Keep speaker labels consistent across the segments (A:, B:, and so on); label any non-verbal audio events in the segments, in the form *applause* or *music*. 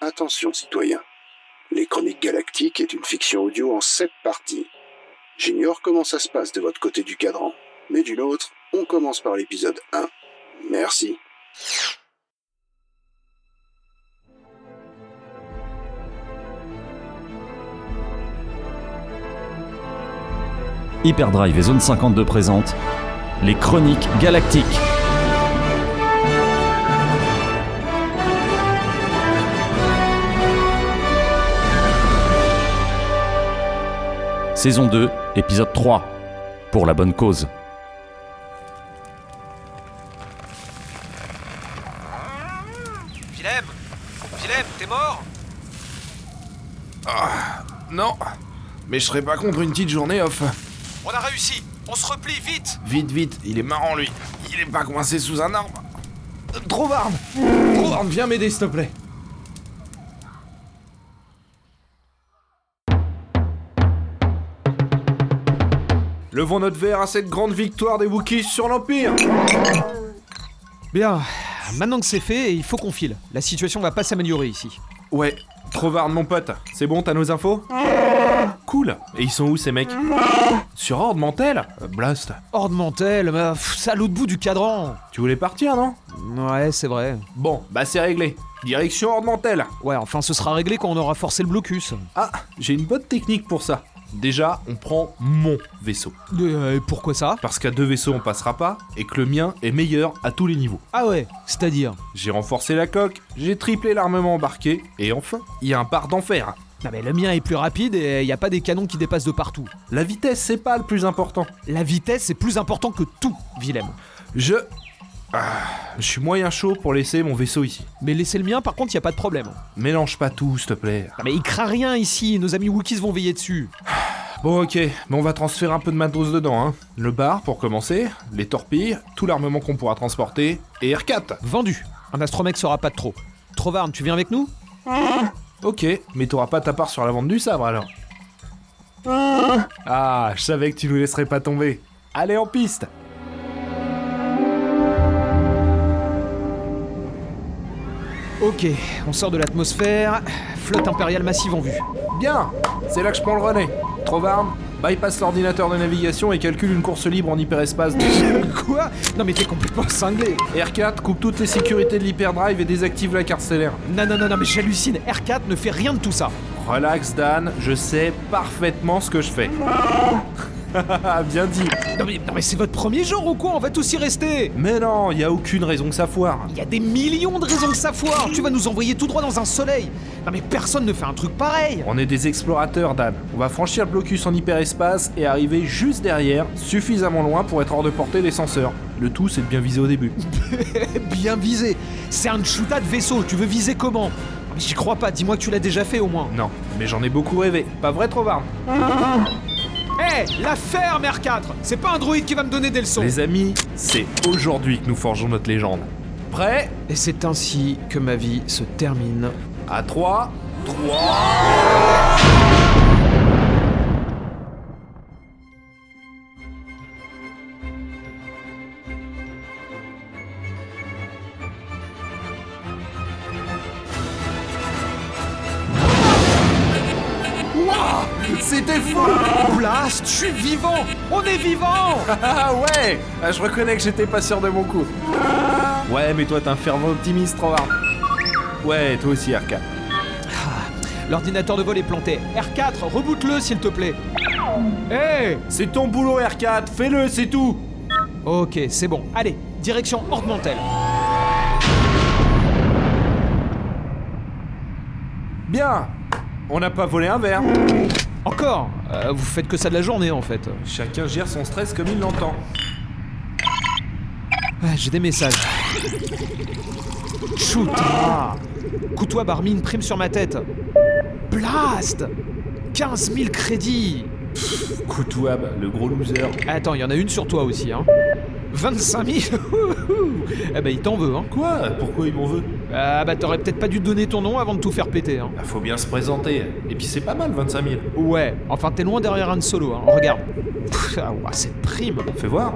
A: attention, citoyens. Les Chroniques Galactiques est une fiction audio en sept parties. J'ignore comment ça se passe de votre côté du cadran, mais du nôtre, on commence par l'épisode 1. Merci.
B: Hyperdrive et Zone 52 présentent les Chroniques Galactiques. Saison 2, épisode 3. Pour la bonne cause.
C: Willem Willem, t'es mort
D: Non, mais je serais pas contre une petite journée off.
C: On a réussi On se replie, vite
D: Vite, vite, il est marrant lui. Il est pas coincé sous un arbre. Euh, Drovarne Drovarne, viens m'aider s'il te plaît. Levons notre verre à cette grande victoire des Wookiees sur l'Empire
E: Bien, maintenant que c'est fait, il faut qu'on file. La situation va pas s'améliorer ici.
D: Ouais, Trovarne mon pote, c'est bon, t'as nos infos Cool, et ils sont où ces mecs Sur ordre, Mantel Euh, Blast,
E: Horde mentale, mais pff, c'est à l'autre bout du cadran.
D: tu voulais partir non
E: Ouais, c'est vrai.
D: Bon, bah c'est réglé. Direction Ornementel.
E: Ouais, enfin, ce sera réglé quand on aura forcé le blocus.
D: Ah, j'ai une bonne technique pour ça. Déjà, on prend mon vaisseau.
E: Euh, et pourquoi ça
D: Parce qu'à deux vaisseaux, on passera pas, et que le mien est meilleur à tous les niveaux.
E: Ah ouais, c'est-à-dire
D: J'ai renforcé la coque, j'ai triplé l'armement embarqué, et enfin, il y a un bar d'enfer.
E: Non mais le mien est plus rapide et y a pas des canons qui dépassent de partout.
D: La vitesse, c'est pas le plus important.
E: La vitesse est plus important que tout, Willem.
D: Je. Ah, je suis moyen chaud pour laisser mon vaisseau ici.
E: Mais laissez le mien, par contre, y a pas de problème.
D: Mélange pas tout, s'il te plaît.
E: Non mais il craint rien ici, nos amis Wookiees vont veiller dessus.
D: Bon, ok, mais on va transférer un peu de matos dedans, hein. Le bar, pour commencer, les torpilles, tout l'armement qu'on pourra transporter, et R4
E: Vendu. Un astromec saura pas de trop. Trovarne, tu viens avec nous
D: Ok, mais t'auras pas ta part sur la vente du sabre alors. Ah, je savais que tu nous laisserais pas tomber. Allez en piste
E: Ok, on sort de l'atmosphère. Flotte impériale massive en vue. *laughs*
D: Bien C'est là que je prends le relais. Trovarne, bypass l'ordinateur de navigation et calcule une course libre en hyperespace. *coughs*
E: Quoi Non mais t'es complètement cinglé
D: R4, coupe toutes les sécurités de l'hyperdrive et désactive la carte stellaire.
E: Non non non non mais j'hallucine R4 ne fait rien de tout ça
D: Relax Dan, je sais parfaitement ce que je fais. *laughs* Bien dit
E: Non mais, non mais c'est votre premier jour ou quoi On va tous y rester
D: Mais non, y a aucune raison que ça foire.
E: Il y a des millions de raisons que ça foire Tu vas nous envoyer tout droit dans un soleil Non mais personne ne fait un truc pareil *laughs*
D: On est des explorateurs, Dan. On va franchir le blocus en hyperespace et arriver juste derrière, suffisamment loin pour être hors de portée des senseurs. Le tout, c'est de bien viser au début.
E: Eh, Bien visé C'est un chouta de vaisseau, tu veux viser comment Non mais J'y crois pas, dis-moi que tu l'as déjà fait au moins
D: Non, mais j'en ai beaucoup rêvé. Pas vrai, Trovarne
E: Hé Eh, La ferme R4 C'est pas un droïde qui va me donner des leçons
D: Les amis, c'est aujourd'hui que nous forgeons notre légende. Prêt
E: Et c'est ainsi que ma vie se termine.
D: À 3, 3... Wouah C'était fou *laughs*
E: Blast, je suis vivant On est vivant
D: Ah ouais Ah, Je reconnais que j'étais pas sûr de mon coup. Ouais, mais toi t'es un fervent optimiste, Trovard. Ouais, toi aussi, Arca.
E: L'ordinateur de vol est planté. R4, reboot-le s'il te plaît. Hé
D: C'est ton boulot, R4, fais-le, c'est tout
E: Ok, c'est bon. Allez, direction Ordmantel.
D: Bien On n'a pas volé un verre.
E: Encore Euh, Vous faites que ça de la journée en fait.
D: Chacun gère son stress comme il l'entend.
E: Ah, J'ai des messages. Shoot ah. Coup-toi Barmine, prime sur ma tête. Blast 15 000 crédits
D: Koutouab, le gros loser.
E: Attends, il y en a une sur toi aussi, hein 25 000 *laughs* Eh ben, il t'en veut, hein
D: Quoi Pourquoi il m'en veut
E: Ah bah, t'aurais peut-être pas dû donner ton nom avant de tout faire péter, hein
D: Bah, Faut bien se présenter. Et puis c'est pas mal, 25 000.
E: Ouais, enfin t'es loin derrière Han Solo, hein. regarde. Pff, ah, ouah, cette prime
D: Fais voir.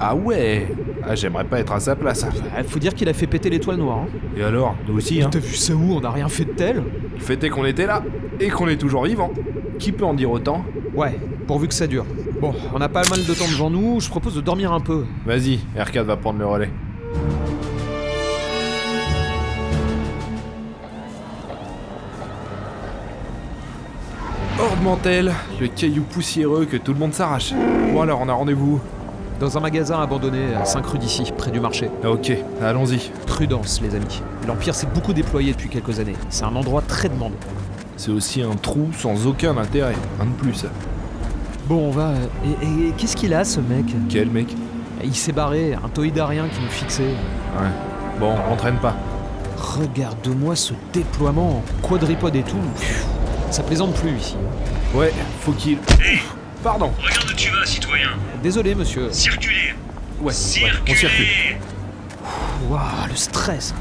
D: Ah ouais Ah, j'aimerais pas être à sa place.
E: Bah, faut dire qu'il a fait péter l'étoile noire. hein.
D: Et alors, nous aussi, hein.
E: T'as vu ça où On n'a rien fait de tel
D: Le fait est qu'on était là, et qu'on est toujours vivant. Qui peut en dire autant
E: Ouais, pourvu que ça dure. Bon, on a pas mal de temps devant nous, je propose de dormir un peu.
D: Vas-y, R4 va prendre le relais. Horde Mantel, le caillou poussiéreux que tout le monde s'arrache. Bon alors, on a rendez-vous.
E: Dans un magasin abandonné à 5 rues d'ici, près du marché.
D: Ah, ok, allons-y.
E: Prudence, les amis. L'Empire s'est beaucoup déployé depuis quelques années. C'est un endroit très demandé.
D: C'est aussi un trou sans aucun intérêt, un de plus.
E: Bon, on va. euh, Et, et- et qu'est-ce qu'il a, ce mec
D: Quel mec
E: Il s'est barré, un toïdarien qui nous fixait.
D: Ouais. Bon, on traîne pas.
E: Regarde-moi ce déploiement, en quadripode et tout. Pfiou, Ça plaisante plus ici.
D: Ouais, faut qu'il... Pardon
F: Regarde où tu vas, citoyen.
E: Désolé, monsieur.
F: Circuler.
D: Ouais, ouais,
F: Circuler.
D: on circule.
E: Waouh, le stress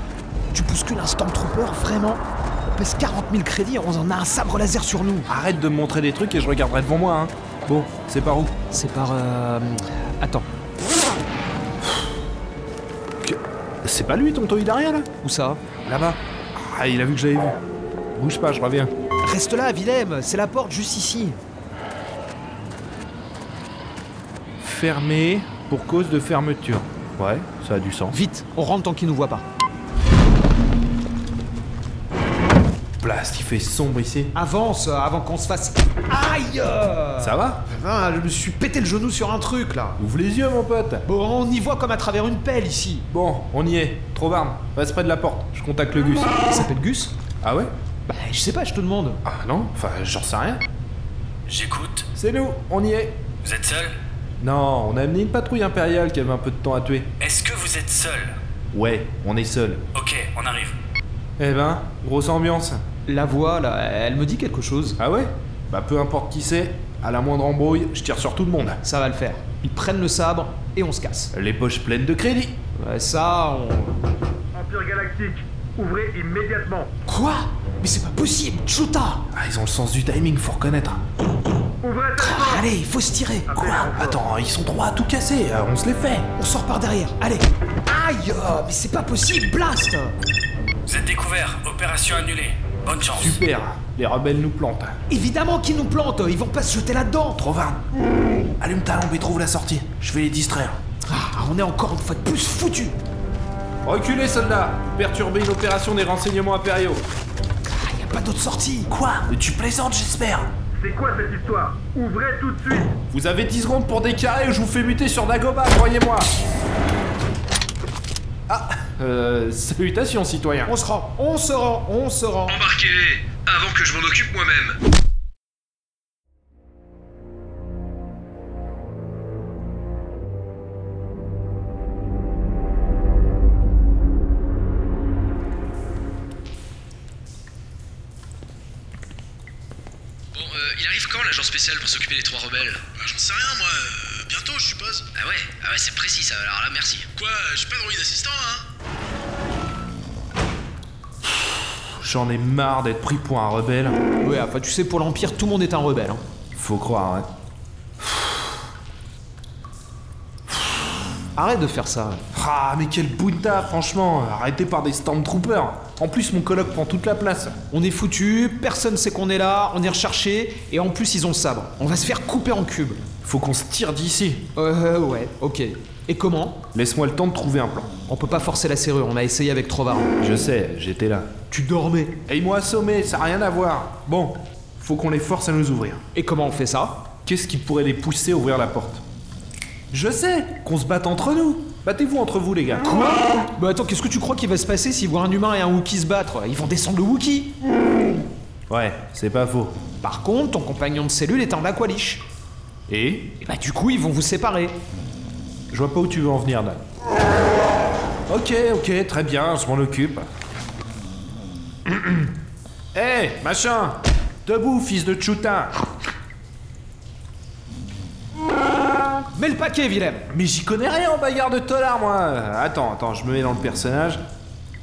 E: Tu bouscules un Stormtrooper, vraiment On pèse 40 000 crédits, on en a un sabre laser sur nous
D: Arrête de me montrer des trucs et je regarderai devant moi, hein. Bon, c'est par où
E: C'est par... euh, Attends,
D: C'est pas lui ton Toïdaria là
E: où ça
D: Là-bas. Ah, il a vu que j'avais vu. Bouge pas, je reviens.
E: Reste là, Willem C'est la porte juste ici
D: Fermé pour cause de fermeture. Ouais, ça a du sens.
E: Vite, on rentre tant qu'il nous voit pas.
D: Place, il fait sombre ici.
E: Avance, euh, avant qu'on se fasse... Aïe
D: Ça va
E: Putain, je me suis pété le genou sur un truc, là
D: Ouvre les yeux, mon pote.
E: Bon, on y voit comme à travers une pelle, ici
D: Bon, on y est. Trovarne, reste près de la porte. Je contacte le Gus.
E: Il s'appelle Gus
D: Ah ouais
E: Bah, je sais pas, je te demande.
D: Ah non, enfin, j'en sais rien.
F: J'écoute.
D: C'est nous, on y est.
F: Vous êtes seul
D: Non, on a amené une patrouille impériale qui avait un peu de temps à tuer.
F: Est-ce que vous êtes seul
D: Ouais, on est seul.
F: Ok, on arrive.
D: Eh ben, grosse ambiance.
E: La voix, là, elle me dit quelque chose.
D: Ah ouais Bah peu importe qui c'est, à la moindre embrouille, je tire sur tout le monde.
E: Ça va le faire. Ils prennent le sabre et on se casse.
D: Les poches pleines de crédit.
E: Ouais, ça, on...
G: Empire Galactique, ouvrez immédiatement.
E: Quoi Mais c'est pas possible Chuta
D: Ah, ils ont le sens du timing, faut reconnaître.
G: Ouvrez cette
E: Ah, Allez, il faut se tirer
D: Quoi Attends, ils sont trois à tout casser, euh, on se les fait.
E: On sort par derrière, allez Aïe euh, Mais c'est pas possible, blast
F: Vous êtes découvert. Opération annulée. Bonne chance.
D: Super, les rebelles nous plantent. hein.
E: Évidemment qu'ils nous plantent, ils vont pas se jeter là-dedans
D: Trovarne, allume ta lampe et trouve la sortie, je vais les distraire.
E: Ah, on est encore une fois de plus foutus
D: Reculez soldats, perturber une opération des renseignements impériaux.
E: Ah, y a pas d'autre sortie
D: Quoi Tu plaisantes j'espère
G: C'est quoi cette histoire Ouvrez tout de suite.
D: Vous avez 10 secondes pour décarer ou je vous fais muter sur Dagoba, croyez-moi Ah, euh, salutations citoyens
E: On se rend, on se rend, on se rend
F: Embarquez-les avant que je m'en occupe moi-même.
H: Bon, euh, il arrive quand l'agent spécial pour s'occuper des trois rebelles
I: J'en sais rien, moi. Euh, bientôt, je suppose.
H: Ah ouais Ah ouais, c'est précis ça, alors là, merci.
I: Quoi, euh, j'ai pas de droïde assistant, hein
D: J'en ai marre d'être pris pour un rebelle.
E: Ouais, enfin tu sais, pour l'Empire, tout le monde est un rebelle. hein.
D: Faut croire, hein.
E: Arrête de faire ça.
D: Ah, mais quel bunta, franchement, arrêté par des stormtroopers. En plus, mon coloc prend toute la place.
E: On est foutus, personne sait qu'on est là, on est recherché, et en plus ils ont le sabre. On va se faire couper en cubes.
D: Faut qu'on se tire d'ici.
E: Euh, ouais, ok. Et comment
D: Laisse-moi le temps de trouver un plan.
E: On peut pas forcer la serrure, on a essayé avec Trovar.
D: Je sais, j'étais là.
E: Tu dormais.
D: Et ils m'ont assommé, ça a rien à voir. Bon, faut qu'on les force à nous ouvrir.
E: Et comment on fait ça
D: Qu'est-ce qui pourrait les pousser à ouvrir la porte Je sais, qu'on se batte entre nous. Battez-vous entre vous, les gars.
E: Quoi Bah attends, qu'est-ce que tu crois qu'il va se passer s'ils voient un humain et un Wookie se battre Ils vont descendre le Wookie
D: Ouais, c'est pas faux.
E: Par contre, ton compagnon de cellule est un Aqualich.
D: Et
E: Et bah du coup, ils vont vous séparer.
D: Je vois pas où tu veux en venir, Dan. Ok, ok, très bien, je m'en occupe. *clears throat* Hé, Eh, machin Debout, fils de Tchoutin
E: Mets le paquet, Willem
D: Mais j'y connais rien en bagarre de tolard, moi Attends, attends, je me mets dans le personnage.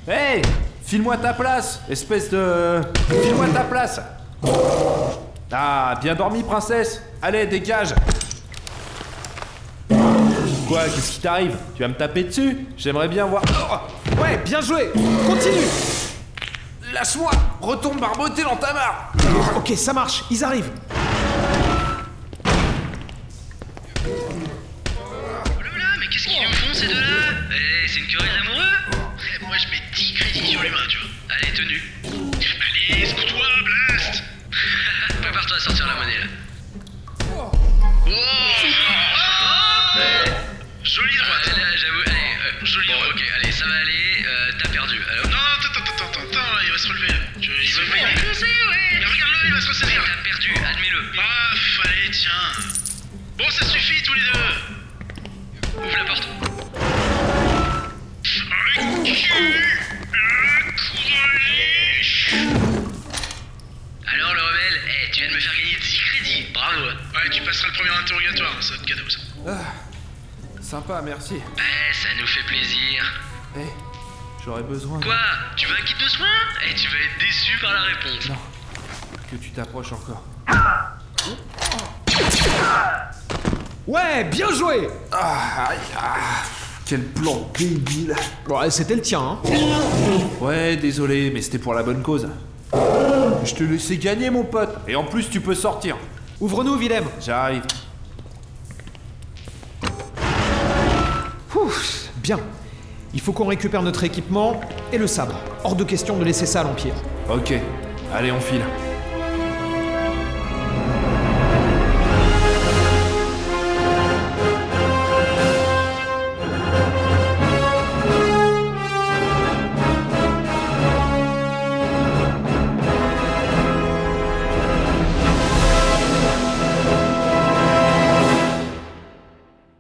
D: Hé File-moi ta place, espèce de... File-moi ta place Ah, bien dormi, princesse Allez, dégage Quoi Qu'est-ce qui t'arrive Tu vas me taper dessus J'aimerais bien voir. Oh ouais, bien joué Continue Lâche-moi Retourne barboter dans ta mare
E: Ok, ça marche, ils arrivent.
H: Oh là là, mais qu'est-ce qu'ils nous font ces deux-là Eh, c'est une querelle d'amoureux Eh, Moi, je mets 10 crédits sur les mains, tu vois. Allez, tenue. Allez, secoue-toi, blast *laughs* Prépare-toi à sortir la monnaie, là. Oh, Oh Eh, Jolie droite Eh, Là, j'avoue, allez, euh, jolie droite, ok, allez, ça va aller, euh, t'as perdu. Alors,
I: Non, non, attends, attends, attends, attends, il va se relever là. Tu- il
H: ils
I: se
H: ont
I: relever.
H: failli foncer, ouais
I: Mais regarde-le, il va se ressaisir.
H: T'as perdu, admets-le.
I: Ah, allez, tiens. Bon, ça suffit tous les deux.
H: Ouvre la porte.
I: Un cul, un crunch.
H: Alors, le rebelle, eh, tu viens de me faire gagner 10 crédits, bravo
I: Ouais, tu passeras le premier interrogatoire, ça va être cadeau ça.
D: Sympa, merci.
H: Bah, ça nous fait plaisir
D: Eh, j'aurais besoin
H: Quoi Tu veux un kit de soins Et tu vas être déçu par la réponse.
D: que tu t'approches encore.
E: Ouais, bien joué
D: Ah, Quel plan débile
E: Ouais, c'était le tien, hein.
D: Ouais, désolé, mais c'était pour la bonne cause. Je te laissais gagner, mon pote. Et en plus, tu peux sortir.
E: Ouvre-nous, Willem.
D: J'arrive.
E: Ouf, bien. Il faut qu'on récupère notre équipement et le sabre. Hors de question de laisser ça à l'Empire.
D: Ok, allez, on file.